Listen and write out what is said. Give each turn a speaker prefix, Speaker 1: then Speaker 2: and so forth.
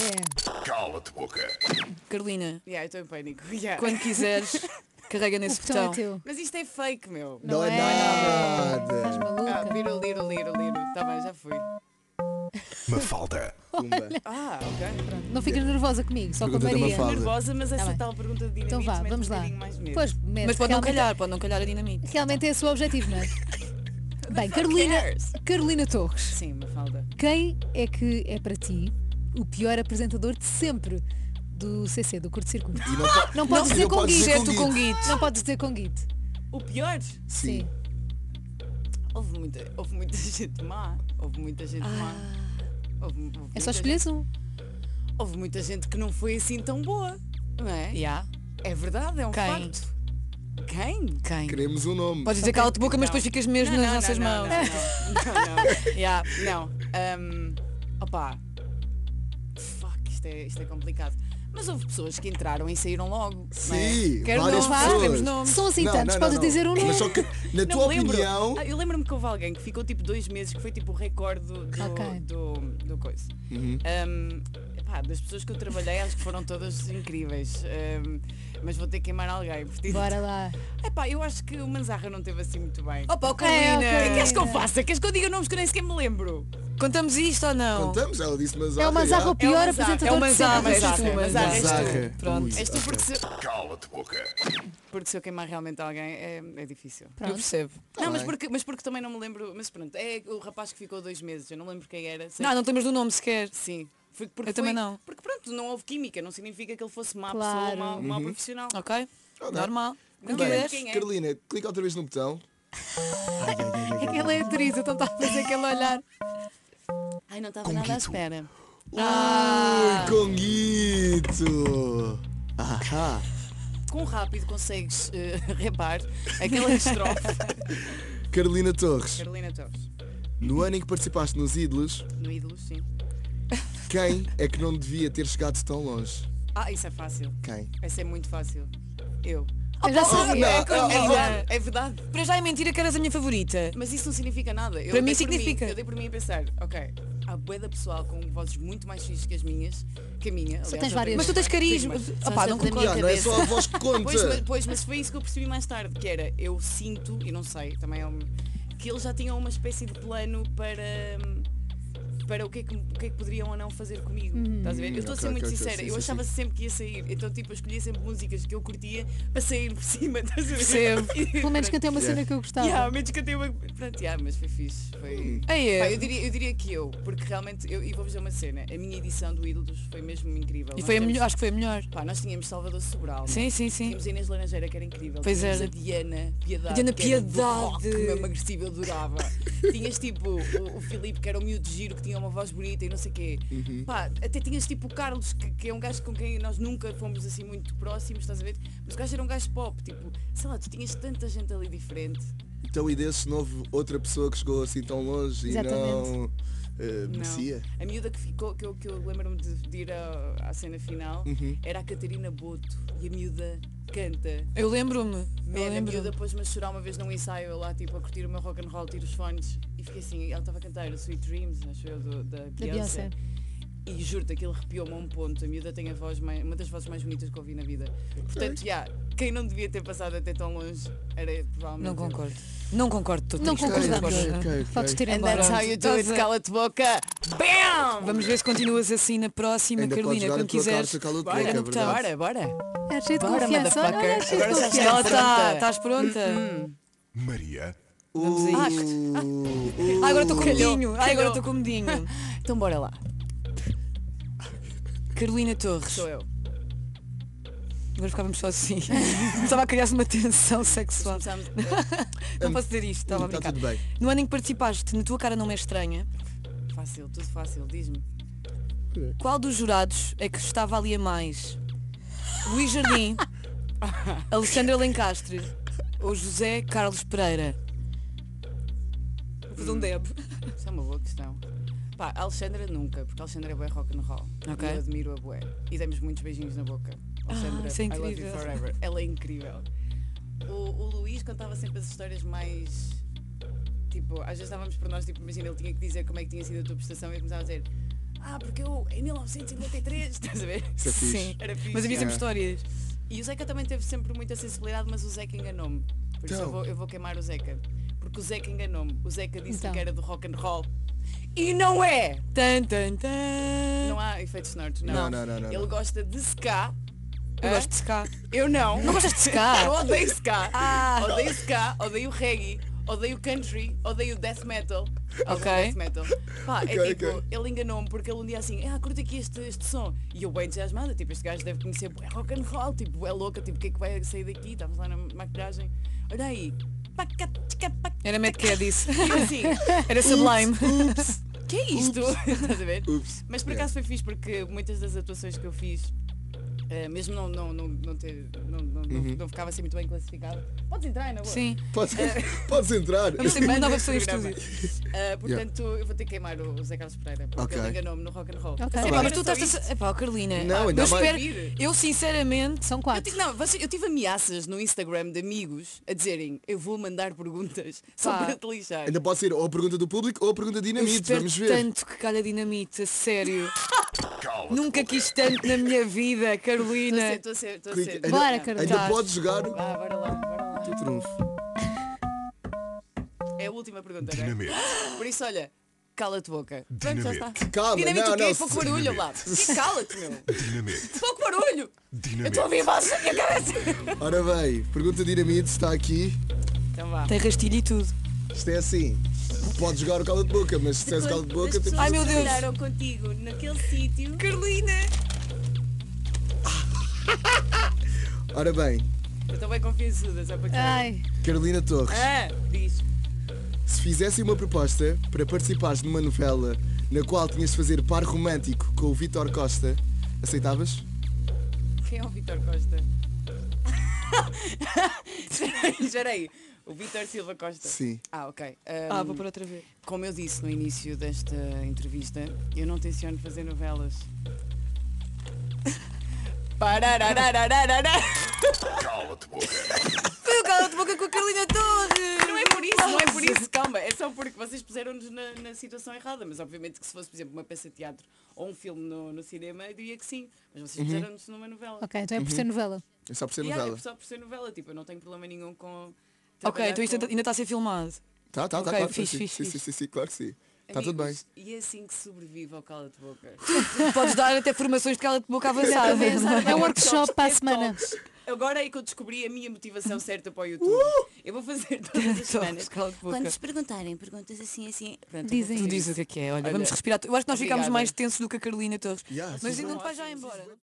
Speaker 1: É.
Speaker 2: Cala-te, boca.
Speaker 3: Carolina,
Speaker 4: Yeah, eu estou em pânico. Yeah.
Speaker 3: quando quiseres, carrega nesse
Speaker 1: O botão
Speaker 3: botão.
Speaker 1: é teu.
Speaker 4: Mas isto é fake, meu.
Speaker 1: Não,
Speaker 5: é
Speaker 1: Estás
Speaker 5: nada.
Speaker 4: Ah,
Speaker 1: maluca?
Speaker 4: little, little, little, little. Tá bem, já fui.
Speaker 2: Mafalda.
Speaker 5: Pumba.
Speaker 4: Ah, ok.
Speaker 1: Não ficas nervosa comigo, só com a
Speaker 5: Pergunta da
Speaker 1: Maria.
Speaker 5: Mafalda.
Speaker 4: Nervosa, mas essa
Speaker 1: Tá bem.
Speaker 4: tal pergunta de dinamite
Speaker 1: Então vá,
Speaker 4: mete
Speaker 1: vamos
Speaker 4: um
Speaker 1: lá.
Speaker 4: bocadinho mais medo.
Speaker 1: Pois, mete,
Speaker 3: Mas pode não
Speaker 1: realmente-
Speaker 3: calhar, pode não calhar a dinamite.
Speaker 1: Realmente é esse o objetivo, não é? Bem, Carolina,
Speaker 4: cares?
Speaker 1: Carolina Torres,
Speaker 4: Sim, Mafalda.
Speaker 1: quem é que é para ti o pior apresentador de sempre do CC, do curto-circuito?
Speaker 5: E não po-
Speaker 1: Não podes
Speaker 5: não
Speaker 1: dizer com
Speaker 5: podes dizer
Speaker 1: guito.
Speaker 5: com
Speaker 1: com
Speaker 5: guito.
Speaker 1: guito. Não podes dizer com guito.
Speaker 4: O pior?
Speaker 1: Sim.
Speaker 4: Houve muita, houve muita gente má. Houve muita gente má.
Speaker 3: Ah.
Speaker 4: Houve, houve
Speaker 1: É
Speaker 4: muita
Speaker 1: só escolheres um.
Speaker 4: gente- houve muita gente que não foi assim tão boa. Não é?
Speaker 3: Yeah.
Speaker 4: É verdade, é um
Speaker 3: Quem?
Speaker 4: facto. Quem?
Speaker 3: Quem?
Speaker 5: Queremos um nome.
Speaker 3: Podes dizer cala-te boca, mas depois ficas mesmo nas nossas mãos.
Speaker 4: Não, não, não. Yeah, não. Um, opa. Fuck, isto é, isto é complicado. Mas houve pessoas que entraram e saíram logo. não é?
Speaker 5: Sim,
Speaker 3: Quero
Speaker 5: várias
Speaker 3: nomes,
Speaker 5: pessoas.
Speaker 3: queremos nomes.
Speaker 1: São assim
Speaker 5: Não,
Speaker 1: tantos,
Speaker 5: não,
Speaker 1: podes
Speaker 5: não, não.
Speaker 1: dizer um
Speaker 5: Mas
Speaker 1: nome.
Speaker 5: só que, na
Speaker 4: Não
Speaker 5: tua
Speaker 4: me lembro.
Speaker 5: opinião,
Speaker 4: Ah, eu lembro-me que houve alguém que ficou tipo dois meses, que foi tipo o recorde do, do,
Speaker 1: Ok.
Speaker 4: do, do coisa.
Speaker 5: Uhum.
Speaker 4: Um, epá, das pessoas que eu trabalhei, acho que foram todas incríveis. Um, mas vou ter que queimar alguém. Porque,
Speaker 1: Bora lá.
Speaker 4: Epá, eu acho que o Manzarra não teve assim muito bem.
Speaker 3: Opa, oh,
Speaker 1: É,
Speaker 3: Carolina,
Speaker 1: ok.
Speaker 4: O que queres que eu faça? Queres que eu diga nomes que eu nem sequer me lembro?
Speaker 3: contamos isto ou não?
Speaker 5: contamos, ela disse mas
Speaker 1: É o Manzarra o pior
Speaker 4: Manzarra.
Speaker 1: apresentador
Speaker 3: É o
Speaker 1: de sempre
Speaker 3: Manzarra,
Speaker 1: do
Speaker 3: és tu,
Speaker 1: CC.
Speaker 3: Manzarra, és
Speaker 5: Manzarra.
Speaker 3: tu. Pronto.
Speaker 5: Ui.
Speaker 4: És tu porque se,
Speaker 2: Cala-te, boca.
Speaker 4: porque se eu queimar realmente alguém é, é difícil.
Speaker 3: Eu percebo.
Speaker 4: não, mas
Speaker 5: bem.
Speaker 4: porque, mas porque também não me lembro. Mas pronto, é o rapaz que ficou dois meses, eu não lembro quem era. sei-
Speaker 3: Não, não temos do nome sequer.
Speaker 4: Sim. Foi porque
Speaker 3: Eu também
Speaker 4: foi-
Speaker 3: não.
Speaker 4: Porque pronto, não houve química, não significa que ele fosse má pessoa
Speaker 1: Claro.
Speaker 4: ou mau, mau profissional.
Speaker 3: Ok?
Speaker 5: Ok.
Speaker 3: Normal. Não
Speaker 4: Bem.
Speaker 3: quiseres?
Speaker 4: quem é.
Speaker 5: Carolina, clica outra vez no botão.
Speaker 1: É que ela é atriz, então está a fazer aquele olhar.
Speaker 4: Ai, não estava nada à espera.
Speaker 5: Ui, Conguito! Ahá!
Speaker 4: Quão rápido consegues eh, reparar aquela estrofe?
Speaker 5: Carolina Torres,
Speaker 4: Carolina Torres,
Speaker 5: no ano em que participaste nos Ídolos,
Speaker 4: no ídolo, sim.
Speaker 5: quem é que não devia ter chegado tão longe?
Speaker 4: Ah, isso é fácil.
Speaker 5: Quem?
Speaker 4: Essa é muito fácil. Eu.
Speaker 1: Eu já sabia.
Speaker 4: é,
Speaker 5: ah,
Speaker 4: verdade, é verdade,
Speaker 3: Para já é mentira que eras a minha favorita.
Speaker 4: Mas isso não significa nada. Eu
Speaker 3: Para mim
Speaker 4: dei por
Speaker 3: significa.
Speaker 4: eu dei por mim a pensar, ok, há bué da pessoal com vozes muito mais fixas que as minhas, que a minha.
Speaker 1: Só
Speaker 4: aliás,
Speaker 1: tens
Speaker 4: eu
Speaker 1: várias.
Speaker 4: tenho
Speaker 3: Mas tu tens carisma.
Speaker 4: Tenho mais.
Speaker 3: Opá, não
Speaker 1: Só essa da minha.
Speaker 3: concordo.
Speaker 5: Ah, não é só a voz que
Speaker 4: Pois, mas,
Speaker 5: conta!
Speaker 4: pois, mas foi isso que eu percebi mais tarde, que era, eu sinto, e não sei, também é um, que eles já tinham uma espécie de plano para para o que, é que, o que é que poderiam ou não fazer comigo.
Speaker 3: Uhum.
Speaker 4: Estás a ver? Eu estou a ser
Speaker 5: ok,
Speaker 4: muito
Speaker 5: ok,
Speaker 4: sincera,
Speaker 5: sim,
Speaker 4: eu
Speaker 5: sim,
Speaker 4: achava sempre que ia sair, então tipo, eu escolhia sempre músicas que eu curtia para sair por cima, estás a ver?
Speaker 3: Percebo.
Speaker 1: Pelo menos cantei uma cena que eu gostava.
Speaker 4: Yeah, ao menos cantei uma. Pronto, yeah, mas foi fixe. Foi...
Speaker 3: Aí
Speaker 5: Hum.
Speaker 4: Pá,
Speaker 3: é.
Speaker 4: eu, diria, eu diria que eu, porque realmente, eu, e vou-vos dizer uma cena, a minha edição do Ídolos foi mesmo incrível.
Speaker 3: E
Speaker 4: Nós
Speaker 3: foi a
Speaker 4: temos-
Speaker 3: melhor, acho que foi a melhor.
Speaker 4: Pá, nós tínhamos Salvador Sobral.
Speaker 3: Sim, sim, sim.
Speaker 4: Tínhamos a Inês Laranjeira, que era incrível.
Speaker 3: Pois
Speaker 4: tínhamos
Speaker 3: era.
Speaker 4: a Diana Piedade.
Speaker 3: A Diana
Speaker 4: que era do
Speaker 3: Piedade.
Speaker 4: rock, mesmo agressiva, eu adorava. tinhas tipo o, o Filipe, que era um miúdo giro, que tinha uma voz bonita e não sei quê. Pá, até tinhas tipo o Carlos, que, que é um gajo com quem nós nunca fomos assim muito próximos, estás a ver? Mas o gajo era um gajo pop, tipo, sei lá, tu tinhas tanta gente ali diferente.
Speaker 5: Então e desse novo outra pessoa que chegou assim tão longe e não
Speaker 1: Exatamente.
Speaker 5: eh,
Speaker 4: Não.
Speaker 5: merecia?
Speaker 4: A miúda que ficou, que eu, que eu lembro-me de, de ir à, à cena final, era a Catarina Boto. E a miúda canta.
Speaker 3: Eu lembro-me. Eu
Speaker 4: Man, a
Speaker 3: lembro.
Speaker 4: miúda pôs-me a chorar uma vez num ensaio, eu lá tipo a curtir o meu rock and roll, tiro os fones e fiquei assim, ela estava a cantar o Sweet Dreams, acho eu, do- da Beyoncé.
Speaker 1: Beyoncé.
Speaker 4: E juro-te, aquilo arrepiou-me a um ponto. A miúda tem a voz mais- uma das vozes mais bonitas que ouvi na vida. Portanto, já, quem não devia ter passado até tão longe era provavelmente.
Speaker 3: Não
Speaker 4: eu.
Speaker 3: concordo. Não concordo totalmente.
Speaker 1: Não
Speaker 5: Ok,
Speaker 1: concordamos.
Speaker 5: ok, ok.
Speaker 1: Podes ter
Speaker 4: And
Speaker 1: embora.
Speaker 4: that's how you do it,
Speaker 3: Estás a-
Speaker 4: cala-te boca! BAM!
Speaker 3: Vamos ver se continuas assim na próxima,
Speaker 5: Ainda podes
Speaker 3: Carolina,
Speaker 5: dar a
Speaker 3: quando
Speaker 5: tua
Speaker 3: quiseres.
Speaker 5: carta cala-te
Speaker 3: Olha,
Speaker 5: boca, é
Speaker 3: no botão.
Speaker 5: verdade.
Speaker 4: Bora, bora!
Speaker 1: É cheio de
Speaker 4: Bora,
Speaker 1: confiança. Olha, olha, é cheio de
Speaker 4: motherfucker. Agora já
Speaker 1: confiança.
Speaker 3: Ela
Speaker 4: Estás
Speaker 3: está,
Speaker 4: pronta?
Speaker 3: Tá, estás pronta? Hum,
Speaker 2: Maria.
Speaker 3: Vamos a isto.
Speaker 5: Uh,
Speaker 3: Ah, agora estou com
Speaker 4: Calhou,
Speaker 3: medinho. Ah, agora
Speaker 4: calhou.
Speaker 3: estou com medinho.
Speaker 4: Então bora lá.
Speaker 3: Carolina Torres.
Speaker 4: Sou eu.
Speaker 3: Agora ficávamos só assim. Estava a criar-se uma tensão sexual.
Speaker 4: Começamos.
Speaker 3: Não posso dizer isto, estava a
Speaker 5: Está
Speaker 3: brincar.
Speaker 5: tudo bem.
Speaker 3: No ano em que participaste, na tua cara não é estranha,
Speaker 4: Fácil, tudo fácil, diz-me.
Speaker 3: qual dos jurados é que estava ali a mais? Luís Jardim, Alexandre Lencastre ou José Carlos Pereira? Vou fazer um deb.
Speaker 4: Isso é uma boa questão. Pá, a Alexandra nunca, porque a Alexandra é bué rock and roll.
Speaker 3: Ok.
Speaker 4: E eu admiro a bué. E demos muitos beijinhos na boca. Alexandra,
Speaker 3: isso é
Speaker 4: I love you
Speaker 3: incrível.
Speaker 4: forever. Ela é incrível. O, o Luís contava sempre as histórias mais. Tipo, às vezes estávamos por nós, tipo, imagina, ele tinha que dizer como é que tinha sido a tua prestação e eu começava a dizer Ah, porque eu em 1953, estás a ver?
Speaker 5: Isso é fixe.
Speaker 3: Sim.
Speaker 4: Era fixe.
Speaker 3: Mas havia sempre
Speaker 5: É.
Speaker 3: histórias.
Speaker 4: E o Zeca também teve sempre muita sensibilidade, mas o Zeca enganou-me. Por isso
Speaker 5: Então.
Speaker 4: eu, vou, eu vou queimar o Zeca. Porque o Zeca enganou-me. O Zeca disse
Speaker 1: Então.
Speaker 4: que era do rock and roll. E não é!
Speaker 3: Tan, tan, tan.
Speaker 4: Não há efeitos sonoros, não.
Speaker 5: Não, não, não, não,
Speaker 4: Ele
Speaker 5: não.
Speaker 4: gosta de ska.
Speaker 3: Eu
Speaker 4: Hã?
Speaker 3: gosto de secar.
Speaker 4: Eu não.
Speaker 3: Não gostas de ska?
Speaker 4: Eu odeio ska.
Speaker 3: Ah.
Speaker 4: Odeio ska, odeio reggae, odeio country, odeio death metal. Odeio
Speaker 3: Ok.
Speaker 4: Death metal. Pá, é
Speaker 5: Ok,
Speaker 4: tipo,
Speaker 5: ok.
Speaker 4: ele enganou-me porque ele um dia assim, ah, curta aqui este, este som. E eu bem entusiasmada, tipo, este gajo deve conhecer, é rock and roll, tipo, é louca, tipo, o que é que vai sair daqui? Estávamos lá na maquilhagem. Olha aí.
Speaker 3: Era Mad que disse.
Speaker 4: E eu assim,
Speaker 3: Era sublime.
Speaker 4: que é isto? Estás a ver?
Speaker 5: Ups.
Speaker 4: Mas por acaso foi fixe porque muitas das atuações que eu fiz, eh, mesmo não, não, não, não, ter, não, não, não-
Speaker 5: Uhum.
Speaker 4: não ficava assim muito bem classificada. Podes entrar, na boa.
Speaker 3: Sim.
Speaker 5: Podes,
Speaker 4: É.
Speaker 5: podes entrar.
Speaker 3: Eu sempre mandava
Speaker 4: Neste
Speaker 3: pessoa em
Speaker 4: programa.
Speaker 3: estúdio.
Speaker 4: Ah, portanto, eu vou ter que queimar o, o Zé Carlos Pereira, porque
Speaker 5: Ok.
Speaker 4: ele enganou-me no rock and roll.
Speaker 1: Ok.
Speaker 4: Eu
Speaker 1: Tá bem.
Speaker 4: sei que
Speaker 3: Epá,
Speaker 4: era
Speaker 3: mas tu
Speaker 4: só
Speaker 3: estás
Speaker 4: isso.
Speaker 3: a... Epá, Carolina.
Speaker 5: Não, ainda
Speaker 3: eu
Speaker 5: bem.
Speaker 3: espero...
Speaker 4: Vir.
Speaker 3: Eu sinceramente...
Speaker 1: São
Speaker 4: Eu,
Speaker 1: quatro.
Speaker 4: tive, não, você- eu tive ameaças no Instagram de amigos a dizerem eu vou mandar perguntas só
Speaker 3: Pá.
Speaker 4: para te lixar.
Speaker 5: Ainda pode ser ou a pergunta do público ou a pergunta de
Speaker 3: Eu
Speaker 5: dinamite.
Speaker 3: espero
Speaker 5: Vamos ver.
Speaker 3: tanto que calha dinamite, a sério.
Speaker 2: Cala.
Speaker 3: Nunca quis tanto na minha vida, Carolina.
Speaker 4: Estou a ser, estou a
Speaker 5: Clica.
Speaker 4: ser.
Speaker 5: Ainda,
Speaker 4: Estou a
Speaker 1: Bora,
Speaker 4: ser.
Speaker 1: Carolina.
Speaker 5: ainda
Speaker 3: Tá.
Speaker 5: podes jogar o
Speaker 4: Vá, bora lá, bora lá.
Speaker 5: teu trunfo.
Speaker 4: É a última pergunta, não é?
Speaker 2: Dinamite.
Speaker 4: Por isso, olha, cala-te boca. Pronto, já está.
Speaker 2: Dinamite.
Speaker 5: Calma,
Speaker 4: Dinamite
Speaker 5: Ah, não,
Speaker 4: o quê? É
Speaker 5: não,
Speaker 4: Pouco
Speaker 5: se-
Speaker 4: barulho, lá. Que cala-te, meu.
Speaker 2: Dinamite.
Speaker 4: Pouco barulho. Eu
Speaker 2: Dinamite.
Speaker 4: estou a ouvir vozes na minha cabeça.
Speaker 5: Ora bem, pergunta de dinamite está aqui.
Speaker 4: Então vá.
Speaker 3: Tem rastilho e tudo.
Speaker 5: Isto é assim. Podes jogar o cala de boca, mas se disseres cala de boca,
Speaker 4: As
Speaker 5: temos.
Speaker 4: pessoas
Speaker 3: Ai, meu
Speaker 4: que
Speaker 3: Deus.
Speaker 4: trabalharam contigo naquele sítio.
Speaker 3: Carolina!
Speaker 5: Ora bem,
Speaker 4: Eu estou bem confiançuda, só para que
Speaker 1: Ai,
Speaker 5: Carolina Torres,
Speaker 4: Ah, diz.
Speaker 5: se fizessem uma proposta para participares numa novela na qual tinhas de fazer par romântico com o Vítor Costa, aceitavas?
Speaker 4: Quem é o Vitor Costa? Espera aí, Espera aí. O Vitor Silva Costa.
Speaker 5: Sim.
Speaker 4: Ah, ok.
Speaker 3: Ah,
Speaker 4: Ahm,
Speaker 3: vou pôr outra vez.
Speaker 4: Como eu disse no início desta entrevista, eu não tenciono fazer novelas. Pararararararará.
Speaker 2: Cala-te boca.
Speaker 3: Foi o cala de boca com a Carolina Torres!
Speaker 4: Não é por isso, não é por isso, calma. É só porque vocês puseram-nos na, na situação errada. Mas obviamente que se fosse, por exemplo, uma peça de teatro ou um filme no, no cinema, eu diria que sim. Mas vocês
Speaker 5: Uhum.
Speaker 4: puseram-nos numa novela.
Speaker 1: ok, então é por ser novela.
Speaker 5: É só por ser
Speaker 4: E yeah,
Speaker 5: novela.
Speaker 4: é só por ser novela, tipo, eu não tenho problema nenhum com.
Speaker 3: Ok,
Speaker 4: trabalhar
Speaker 3: então isto
Speaker 4: com-
Speaker 3: ainda está a ser filmado.
Speaker 5: Tá, tá, tá,
Speaker 3: Ok,
Speaker 5: claro. que
Speaker 3: fixe,
Speaker 5: sim,
Speaker 3: fixe,
Speaker 5: sim,
Speaker 3: fixe.
Speaker 5: sim, sim, sim, claro que sim. Está Tá tudo bem.
Speaker 4: Amigos, E é assim que sobrevive ao cala de boca.
Speaker 3: Podes dar até formações de cala de boca avançada.
Speaker 1: É um workshop para a
Speaker 4: TED
Speaker 1: semana.
Speaker 4: Talks. Agora é que eu descobri a minha motivação certa para o YouTube. Eu vou fazer todas as semanas.
Speaker 3: Cala de boca.
Speaker 4: Quando se perguntarem perguntas assim, assim, pronto, eu vou
Speaker 1: Dizem
Speaker 3: Tu
Speaker 1: isso.
Speaker 3: dizes o que é que é, olha,
Speaker 4: Olha,
Speaker 3: vamos respirar. Eu acho que nós ficámos
Speaker 4: obrigada.
Speaker 3: mais tensos do que a Carolina Torres.
Speaker 5: Yeah,
Speaker 3: Mas
Speaker 5: sim.
Speaker 3: ainda não te vais já embora.